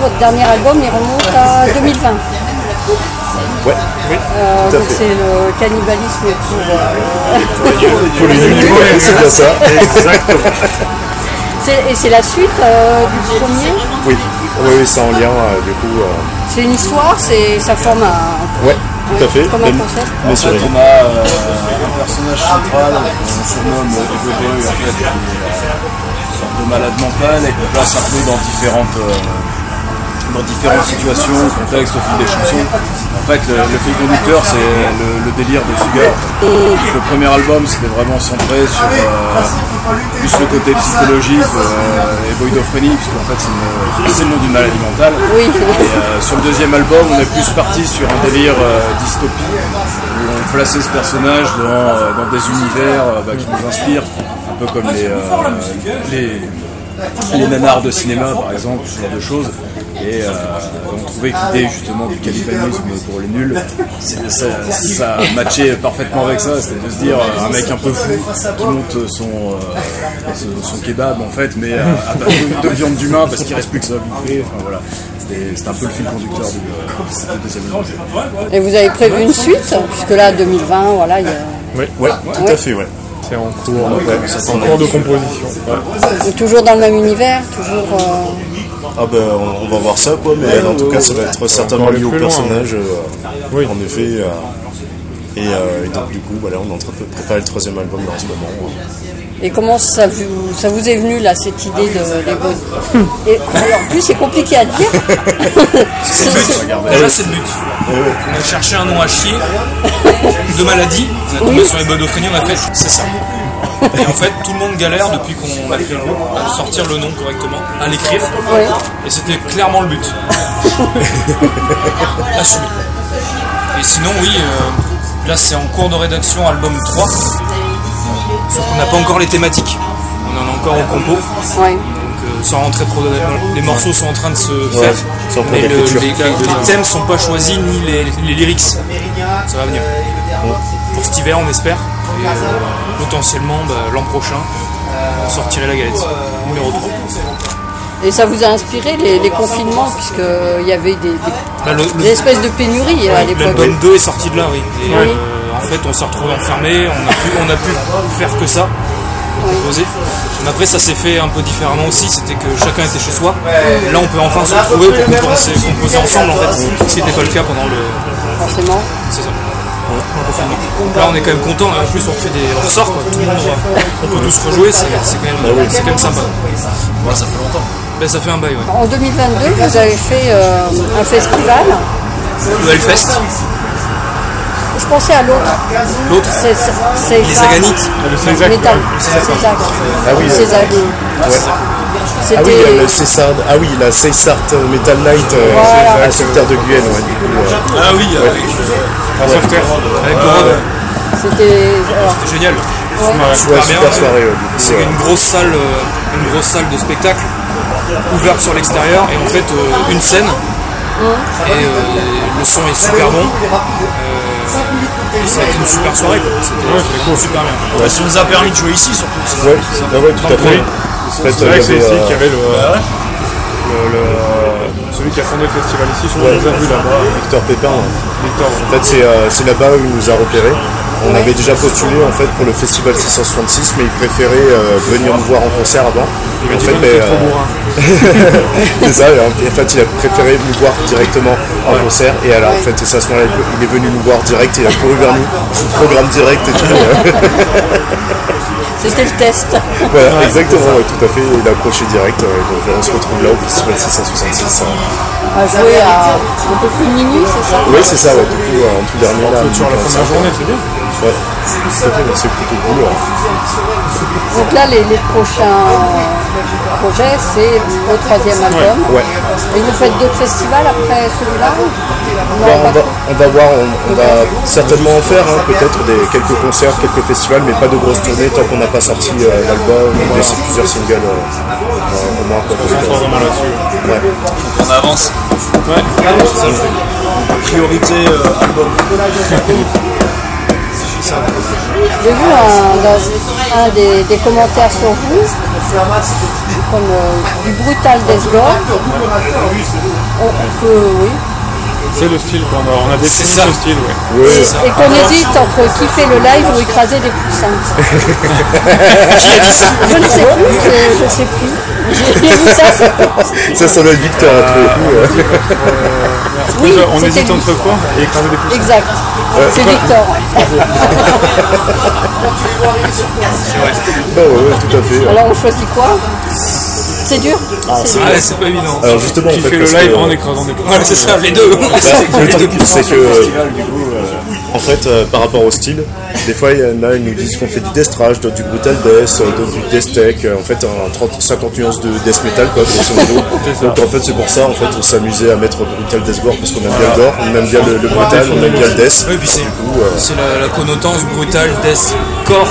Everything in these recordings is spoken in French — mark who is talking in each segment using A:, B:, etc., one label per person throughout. A: votre dernier album, il remonte à 2020.
B: Ouais. Oui.
A: Euh,
B: Tout à
A: donc
B: fait.
A: c'est le cannibalisme pour, euh,
B: Pour les unités, c'est bien ça.
C: Exactement.
A: c'est- et c'est la suite euh, du premier.
B: Oui, oui, oui, c'est en lien euh, du coup. euh,
A: C'est une histoire, c'est ça forme un.
B: Ouais, tout à fait.
A: Comment
B: Même-
A: on procède
B: mais
C: En
B: sur les-
C: fait, on a euh, un personnage central euh, qu'on surnomme Gogoboy, en fait, qui est euh, une sorte de malade mental et qu'on place un peu dans différentes, euh, dans différentes situations, contextes au fil des chansons. En fait, le, le fil conducteur, c'est le, le délire de Sugar. Le premier album, c'était vraiment centré sur euh, plus le côté psychologique euh, et boydophrénie, puisqu'en fait, c'est une- c'est le nom d'une maladie mentale.
A: Oui.
C: Et, euh, sur le deuxième album, on est plus parti sur un délire euh, dystopie, où on plaçait ce personnage dans, euh, dans des univers euh, bah, qui nous inspirent, un peu comme les, euh, les, les nanars de cinéma, par exemple, ce genre de choses. Et euh, on trouvait que l'idée justement du cannibalisme pour les nuls, c'est- ça, ça matchait parfaitement avec ça, c'était de se dire euh, un mec un peu fou qui monte son, euh, son- son kebab en fait, mais euh, à base de, de viande d'humain parce qu'il reste plus que ça à bouffer. Enfin voilà, c'était c'était un peu le fil conducteur du, euh, du deuxième album.
A: Et vous avez prévu une suite, puisque là 2020, voilà, il y a-
D: Oui,
B: Ouais, tout à fait, ouais.
D: c'est en cours,
B: Ouais, ça
D: c'est en cours de composition.
A: toujours dans le même univers, toujours. euh,
B: Ah bah on, on va voir ça quoi, mais en tout cas ça va être certainement
D: encore
B: lié au
D: plus loin, hein.
B: personnage. euh,
D: Oui.
B: En effet. euh, et, euh, et donc du coup voilà on est en train de préparer le troisième album là, en ce moment.
A: Et comment ça vous, ça vous est venu là cette idée de les bonnes
B: Hmm.
A: Et alors, en plus c'est compliqué à dire.
E: C'est le but. Déjà, c'est le but.
B: Eh ouais.
E: On a cherché un nom à chier de maladie. On a tombé sur les bodophrénies, on a fait c'est ça. Et en fait, tout le monde galère depuis qu'on a fait le nom à sortir le nom correctement, à l'écrire.
A: Ouais.
E: Et c'était clairement le but. Assumer. Et sinon, oui, euh, là c'est en cours de rédaction, album 3. Sauf qu'on n'a pas encore les thématiques. On en est encore au compo.
A: Ouais.
E: Donc, euh, sans rentrer trop dans les- les morceaux sont en train de se faire
B: c'est en train
E: mais le-
B: d'écriture.
E: les, les thèmes sont pas choisis ni les, les lyrics ça va venir pour cet hiver on espère et euh, potentiellement bah, l'an prochain on sortirait la galette numéro 3
A: Et ça vous a inspiré les, les confinements puisque euh, il y avait des, des-
E: Bah, le- le-
A: des espèces de pénuries euh, à l'époque.
E: l'album 2 est sorti de là oui Et, euh, en fait on s'est retrouvé enfermé on a pu, on a pu faire que ça composer. Mais après ça s'est fait un peu différemment aussi, c'était que chacun était chez soi. Là on peut enfin se retrouver pour composer, composer ensemble en fait, ce qui n'était pas le cas pendant le,
A: Forcément.
E: C'est ça. Donc Là, on est quand même content. En plus, on fait des on sort, quoi. Tout le monde, on peut tous rejouer. C'est c'est quand, même- c'est quand même sympa. Ah ça fait longtemps. Ben, ça fait un bail, ouais.
A: En 2022, vous avez fait euh, un festival.
E: Le Hellfest,
A: Je pensais à l'autre.
E: l'autre,
A: C'est c'est- c'est
E: les
A: ça.
E: Saganites.
D: Le Césac,
A: Métal.
D: ouais.
A: Césac.
B: oui,
A: Césac.
B: Ah oui,
A: C'était.
B: le- le César, ah oui, la César Metal Night euh,
A: Voilà.
B: à Sauveterre de Guyenne. ouais, du coup, euh,
E: Ah oui, avec,
D: la sauveterre.
E: avec le Rod.
A: C'était. euh, alors,
E: C'était génial.
B: Ah, ouais,
E: Super bien.
B: super soirée. ouais, du coup,
E: C'est
B: ouais.
E: une grosse salle, euh, une grosse salle de spectacle ouverte sur l'extérieur et en fait euh, une scène. Et euh, le son est super bon. Euh, et ça a été une super soirée. quoi. C'était super bien. Ça nous a permis de jouer ici surtout.
B: Ouais, ah ouais, tout à fait. En fait,
D: C'est vrai
B: il y
D: que c'est
B: avait,
D: ici
B: euh,
D: qu'il y avait le, le- le- celui qui a fondé le festival ici, je
B: ouais,
D: les a vus là-bas,
B: euh, Victor Pépin. ouais.
D: Victor.
B: En fait, c'est euh, c'est là-bas où il nous a repérés. On avait déjà postulé en fait pour le festival 666, mais il préférait euh, venir nous voir en concert avant. Et en fait,
D: Victor,
B: ben,
D: c'est trop
B: euh, c'est
D: bourrin.
B: ça. et euh, En fait, il a préféré nous voir directement en concert. Et alors, en fait, c'est ça ce moment-là, il est venu nous voir direct. Il a couru vers nous. Je vous programme direct et tout. euh,
A: C'était le test.
B: voilà, exactement. ouais, tout à fait. Il a approché direct. euh, donc, on se retrouve là au festival 666. euh,
A: À jouer à un peu plus de minuit, c'est ça
B: Oui, c'est ça, ouais, du coup, euh, en tout dernier, là,
D: Sur
B: donc,
D: la première
B: euh,
D: journée, c'est bien.
B: Ouais, c'est vrai, c'est plutôt cool. hein. ouais.
A: Donc là, les, les prochains projets, c'est le troisième album.
B: Ouais.
A: Et vous faites d'autres festivals après celui-là
B: Bah,
A: Non,
B: on,
A: pas
B: va,
A: trop.
B: on va voir, on, on va certainement en faire, hein, peut-être des quelques concerts, quelques festivals, mais pas de grosses tournées tant qu'on n'a pas sorti euh, l'album, ou des- plusieurs singles euh, euh, au moins. quoi, donc, euh, ouais.
E: On avance. C'est ça le truc.
C: Priorité euh, album.
A: J'ai vu un, dans un des, des commentaires sur vous comme euh, du brutal death gore. On peut, oui.
D: C'est le style qu'on a, on a défini
E: ça.
D: ce style, ouais.
B: Oui,
A: C'est- Et qu'on hésite entre kiffer le live ou écraser des poussettes. je ne sais plus, je, je sais plus. J'ai- J'ai vu ça, c'était-
B: ça, ça doit être euh, Victor à trouver. ouais.
A: Oui,
D: on
A: c'était
D: hésite
A: lui.
D: entre Euh, quoi Et écraser des pouces.
A: Exact. C'est Victor.
B: Ouais, ouais, ouais, tout à fait.
A: Alors on choisit quoi C'est dur C'est dur.
E: Ouais, Ah, c'est pas évident.
B: Alors justement, en
D: Qui
B: fait,
D: fait le
B: parce
D: live
B: que,
D: en écrasant des pouces.
E: Voilà, c'est ça, les deux. C'est que
B: Le
E: les deux.
B: truc, c'est que, euh, en fait, euh, par rapport au style, des fois, il y en a, ils nous disent qu'on fait du death trash, d'autres du brutal death, euh, d'autres du death tech, euh, en fait, un 30, 50 nuances de death metal, quoi, grosso modo. Donc, en fait, c'est pour ça, en fait, on s'amusait à mettre brutal death gore, parce qu'on aime bien le gore, on aime bien le, le
E: Ah,
B: brutal, on aime bien le death.
E: Oui, puis c'est euh, c'est la, la connotance brutale, death, corps,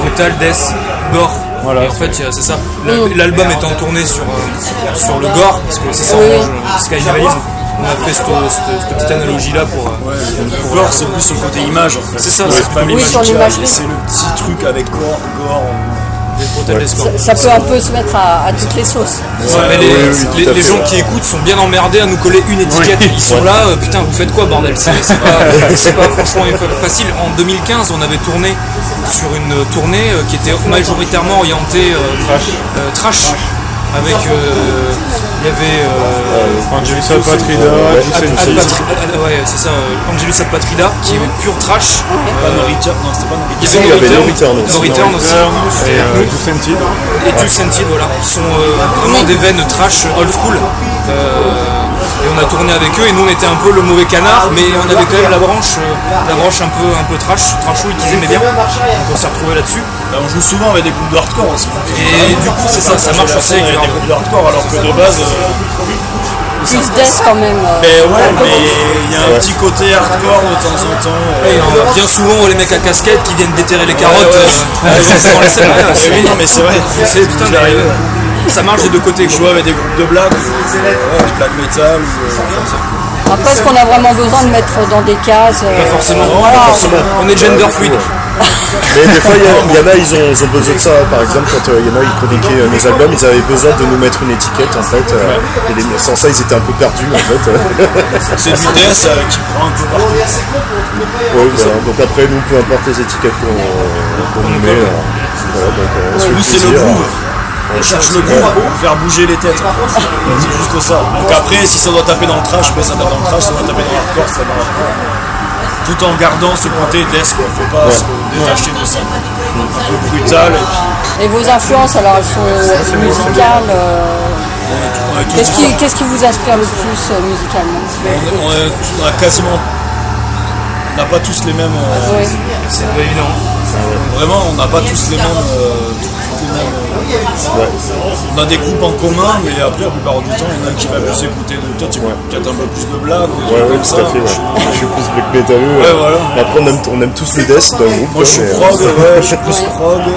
E: brutal, death, gore. Et en fait, il y a- c'est ça. L'al- L'album étant tourné sur, euh, sur le gore, parce que c'est ça, on mange, euh, Skydivalism, on a fait cette, cette- cette petite analogie-là pour. euh,
C: Le gore, c'est plus le côté image en fait.
E: C'est ça, c'est
C: c'est pas
E: plutôt
A: Oui, sur
C: l'imagerie.
A: l'imagerie.
C: C'est le petit truc avec gore, gore.
E: des brutal, death, gore.
A: Ça peut un peu se mettre à, à toutes les sauces.
E: Ouais, mais
B: oui,
E: les,
B: oui,
E: les-
B: tout à
E: les
B: fait.
E: gens qui écoutent sont bien emmerdés à nous coller une étiquette. Ils sont là, euh, putain, vous faites quoi, bordel C'est c'est pas, c'est pas franchement fa- facile. En 2015, on avait tourné sur une tournée euh, qui était majoritairement orientée euh, euh, trash. Avec. euh, Il y avait. euh,
D: Angelisa Patrida,
B: Ouais.
D: Gisèle
E: Ad- Patri- Ad- Ad- ouais, c'est ça, euh, Angelus Patrida, qui est pure trash.
C: Pas No Return, non, c'était pas Ah, No Return.
E: Il
B: il
E: y avait
B: y avait
E: No
B: No Return aussi.
E: No Return aussi.
D: et euh, Juice Teed.
E: et Jules Sentid, voilà, qui sont euh, vraiment des veines trash old school. Euh, et on a tourné avec eux et nous on était un peu le mauvais canard, mais on avait quand même la branche, euh, la branche un peu, un peu trash, trashouille qu'ils aimaient bien. Donc on s'est retrouvés là-dessus.
C: Bah, on joue souvent avec des groupes de hardcore aussi.
E: Et du coup c'est ça, ça marche aussi avec
C: avec des
E: du hardcore.
C: groupes de hardcore alors que de base. euh,
A: Plus death quand même. euh,
C: Mais ouais,
A: un peu
C: mais il y a un petit côté hardcore de temps en temps. euh,
E: Et on- bien souvent les mecs à casquette qui viennent déterrer les carottes
C: ouais.
E: euh, sur les scènes, ouais,
C: Mais oui, non, mais c'est vrai.
E: C'est putain mais, euh, ça marche des deux côtés.
C: Je
E: quoi.
C: joue avec des groupes de black, euh, ouais, black metal. ou, euh,
A: Après, est-ce qu'on a vraiment besoin de mettre dans des cases euh,
E: ah, Forcément, on est gender fluid.
B: Ah, euh, Mais des fois, il y a- il y, en a, ils ont, ils ont besoin de ça. Par exemple, quand euh, il y en a, ils chroniquaient euh, nos albums, ils avaient besoin de nous mettre une étiquette, en fait. euh, et les- sans ça, ils étaient un peu perdus, en fait.
C: C'est du death euh, qui prend un peu partout.
B: Ouais, voilà. Donc après, nous, peu importe les étiquettes qu'on euh, qu'on nous met, euh, voilà, donc, euh, on se fait
C: Nous, c'est le
B: plaisir.
C: groove. On cherche le groove pour faire bouger les têtes. C'est juste ça. Donc après, si ça doit taper dans le trash, ben, ça tape dans le trash, ça doit taper dans le hardcore, ça va. Tout en gardant ce côté death, quoi. Faut pas se détacher de ça. Un peu brutal. Et puis,
A: Et vos influences, alors elles sont musicales. euh,
C: on a tous
A: Qu'est-ce
C: différents.
A: qui, qu'est-ce qui vous inspire le plus euh, musicalement
C: On, on a- on a quasiment. On n'a pas tous les mêmes. euh,
A: Oui.
E: C'est pas évident.
C: Vraiment, on n'a pas tous les mêmes. euh, toutes les mêmes, euh, On a des groupes en commun, mais après, la plupart du temps, il y en a un qui va plus écouter de toi, tu vois, peut-être un peu plus de blagues, ou des
B: Ouais,
C: trucs
B: ouais,
C: comme
B: tout à
C: ça.
B: fait. ouais. Je suis plus black métalleux.
C: Ouais, voilà.
B: Mais Après, on aime, on aime tous le death dans le groupe.
C: Moi, je suis
B: mais, euh,
C: prog, ouais, je suis plus prog. Toi, je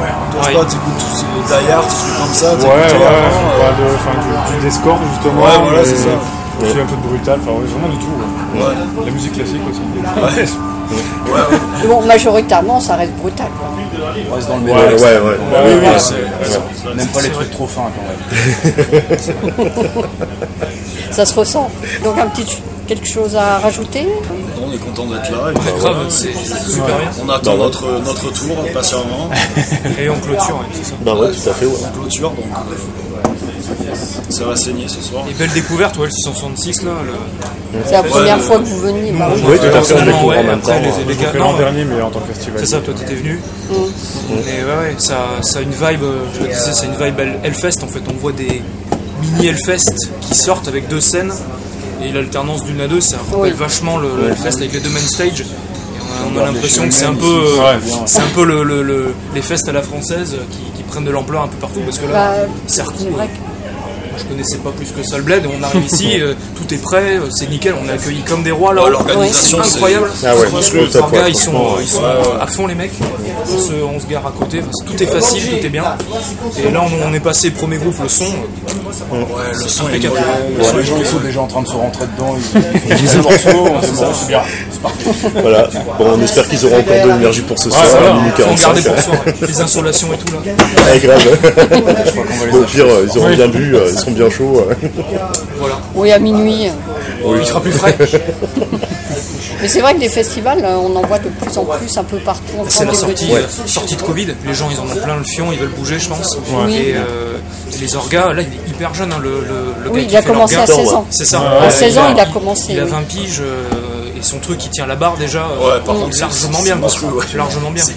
E: Ouais.
C: crois, t'écoutes tous ces Die Hard, des trucs comme ça.
D: Ouais,
C: t'écoutes
D: ouais,
C: avant,
D: on
C: euh,
D: parle de- enfin, du, du Discord justement.
C: Ouais, voilà,
D: et-
C: c'est ça.
D: et puis un peu de brutal, enfin ouais, vraiment de tout. ouais.
C: Ouais.
D: La musique classique aussi.
A: Mais Bon, majoritairement, ça reste brutal. quoi.
C: On reste dans le
B: Ouais,
C: métal.
B: euh, ouais, ouais. ouais.
C: Ah Oui, oui, c'est-
F: On n'aime pas les trucs trop fins quand même.
A: Ça se ressent. Donc un petit ch- quelque chose à rajouter
C: on est content d'être là. et puis, euh,
E: Grave, c'est c'est super bien.
C: On attend notre, notre tour, hein, patiemment.
E: Et on clôture, ouais, c'est ça.
B: Bah ouais, tout à fait. Ouais.
C: On clôture, donc. euh, Ça va saigner ce soir.
E: Les belles découvertes, ouais, le 666 là. le-
A: C'est la première fois que vous veniez. bah oui.
B: Oui, tout à fait. On
E: Finalement,
B: découvre
E: ouais,
B: en même temps.
E: après, les- les
D: J'ai
E: gars,
D: fait
E: non,
D: l'an dernier, mais en tant que festival.
E: C'est ça, toi t'étais venu.
A: Mm.
E: Mais ouais, ouais, ça, ça a une vibe, euh, je le disais, c'est une vibe Hell- Hellfest en fait. On voit des mini Hellfest qui sortent avec deux scènes et l'alternance d'une à deux, ça
A: Oui.
E: rappelle vachement le, le Hellfest avec les deux main stage. Et on a- on a, l'impression que c'est un peu, euh,
D: Ouais, bien.
E: c'est un peu le, le- le- les festes à la française euh, qui, qui prennent de l'ampleur un peu partout parce que là,
A: Bah,
E: ça
A: C'est
E: recoue.
A: vrai
E: ouais.
A: que
G: je connaissais pas plus que ça le bled. On arrive ici, euh, tout est prêt, euh, c'est nickel, on est accueilli comme des rois là.
A: l'organisation,
G: c'est incroyable.
B: Ah ouais,
G: Franchement,
B: c'est au
G: les
B: top,
G: gars,
B: ouais,
G: ils sont,
B: franchement,
G: ils sont à fond les mecs. On se, on se gare à côté, Enfin, tout est facile, tout est bien. Et là, on, on est passé premier groupe, le
B: Mm.
G: son. Ouais, le son est impeccable.
C: Les gens ils sont déjà en train de se rentrer dedans, ils ils disent le morceau, on se marre, c'est bien, c'est parfait.
B: hein. Voilà. Bon, on espère qu'ils auront encore de l'énergie pour ce soir
G: Voilà,
B: à minuit
G: on
B: 45.
G: gardait pour soi, hein. les insolations et tout là.
B: Ouais, grave. Bon, au pire, euh, ils auront bien bu, euh, ils seront bien chauds. euh.
A: Oui, à minuit.
G: Il sera plus frais.
A: Mais c'est vrai que des festivals, euh, on en voit de plus en plus un peu partout. en
G: C'est
A: France,
G: la
A: des
G: sortie,
A: petits-
G: euh, sortie de Covid. Les gens, ils en ont plein le fion, ils veulent bouger, je pense.
A: Oui.
G: Et euh, les orgas, là, il est hyper jeune, hein, le, le, le
A: Oui, il
G: gars qui
A: a
G: fait
A: commencé
G: l'orga.
A: à 16 ans.
G: C'est ça.
A: À 16 ans, il a
G: Il
A: commencé.
G: a
A: oui.
G: 20 piges euh, et son truc, il tient la barre déjà. euh, largement bien, largement bien. Donc,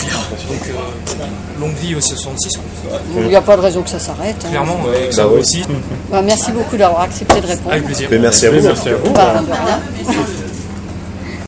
G: euh, longue vie aussi au 66, quoi.
A: Il n'y a pas de raison que ça s'arrête. hein.
G: clairement. euh, ça
B: ouais.
G: aussi,
A: Bah, merci beaucoup d'avoir accepté de répondre.
G: avec plaisir.
B: Mais merci à vous.
H: Merci à vous.
A: Bah, de rien.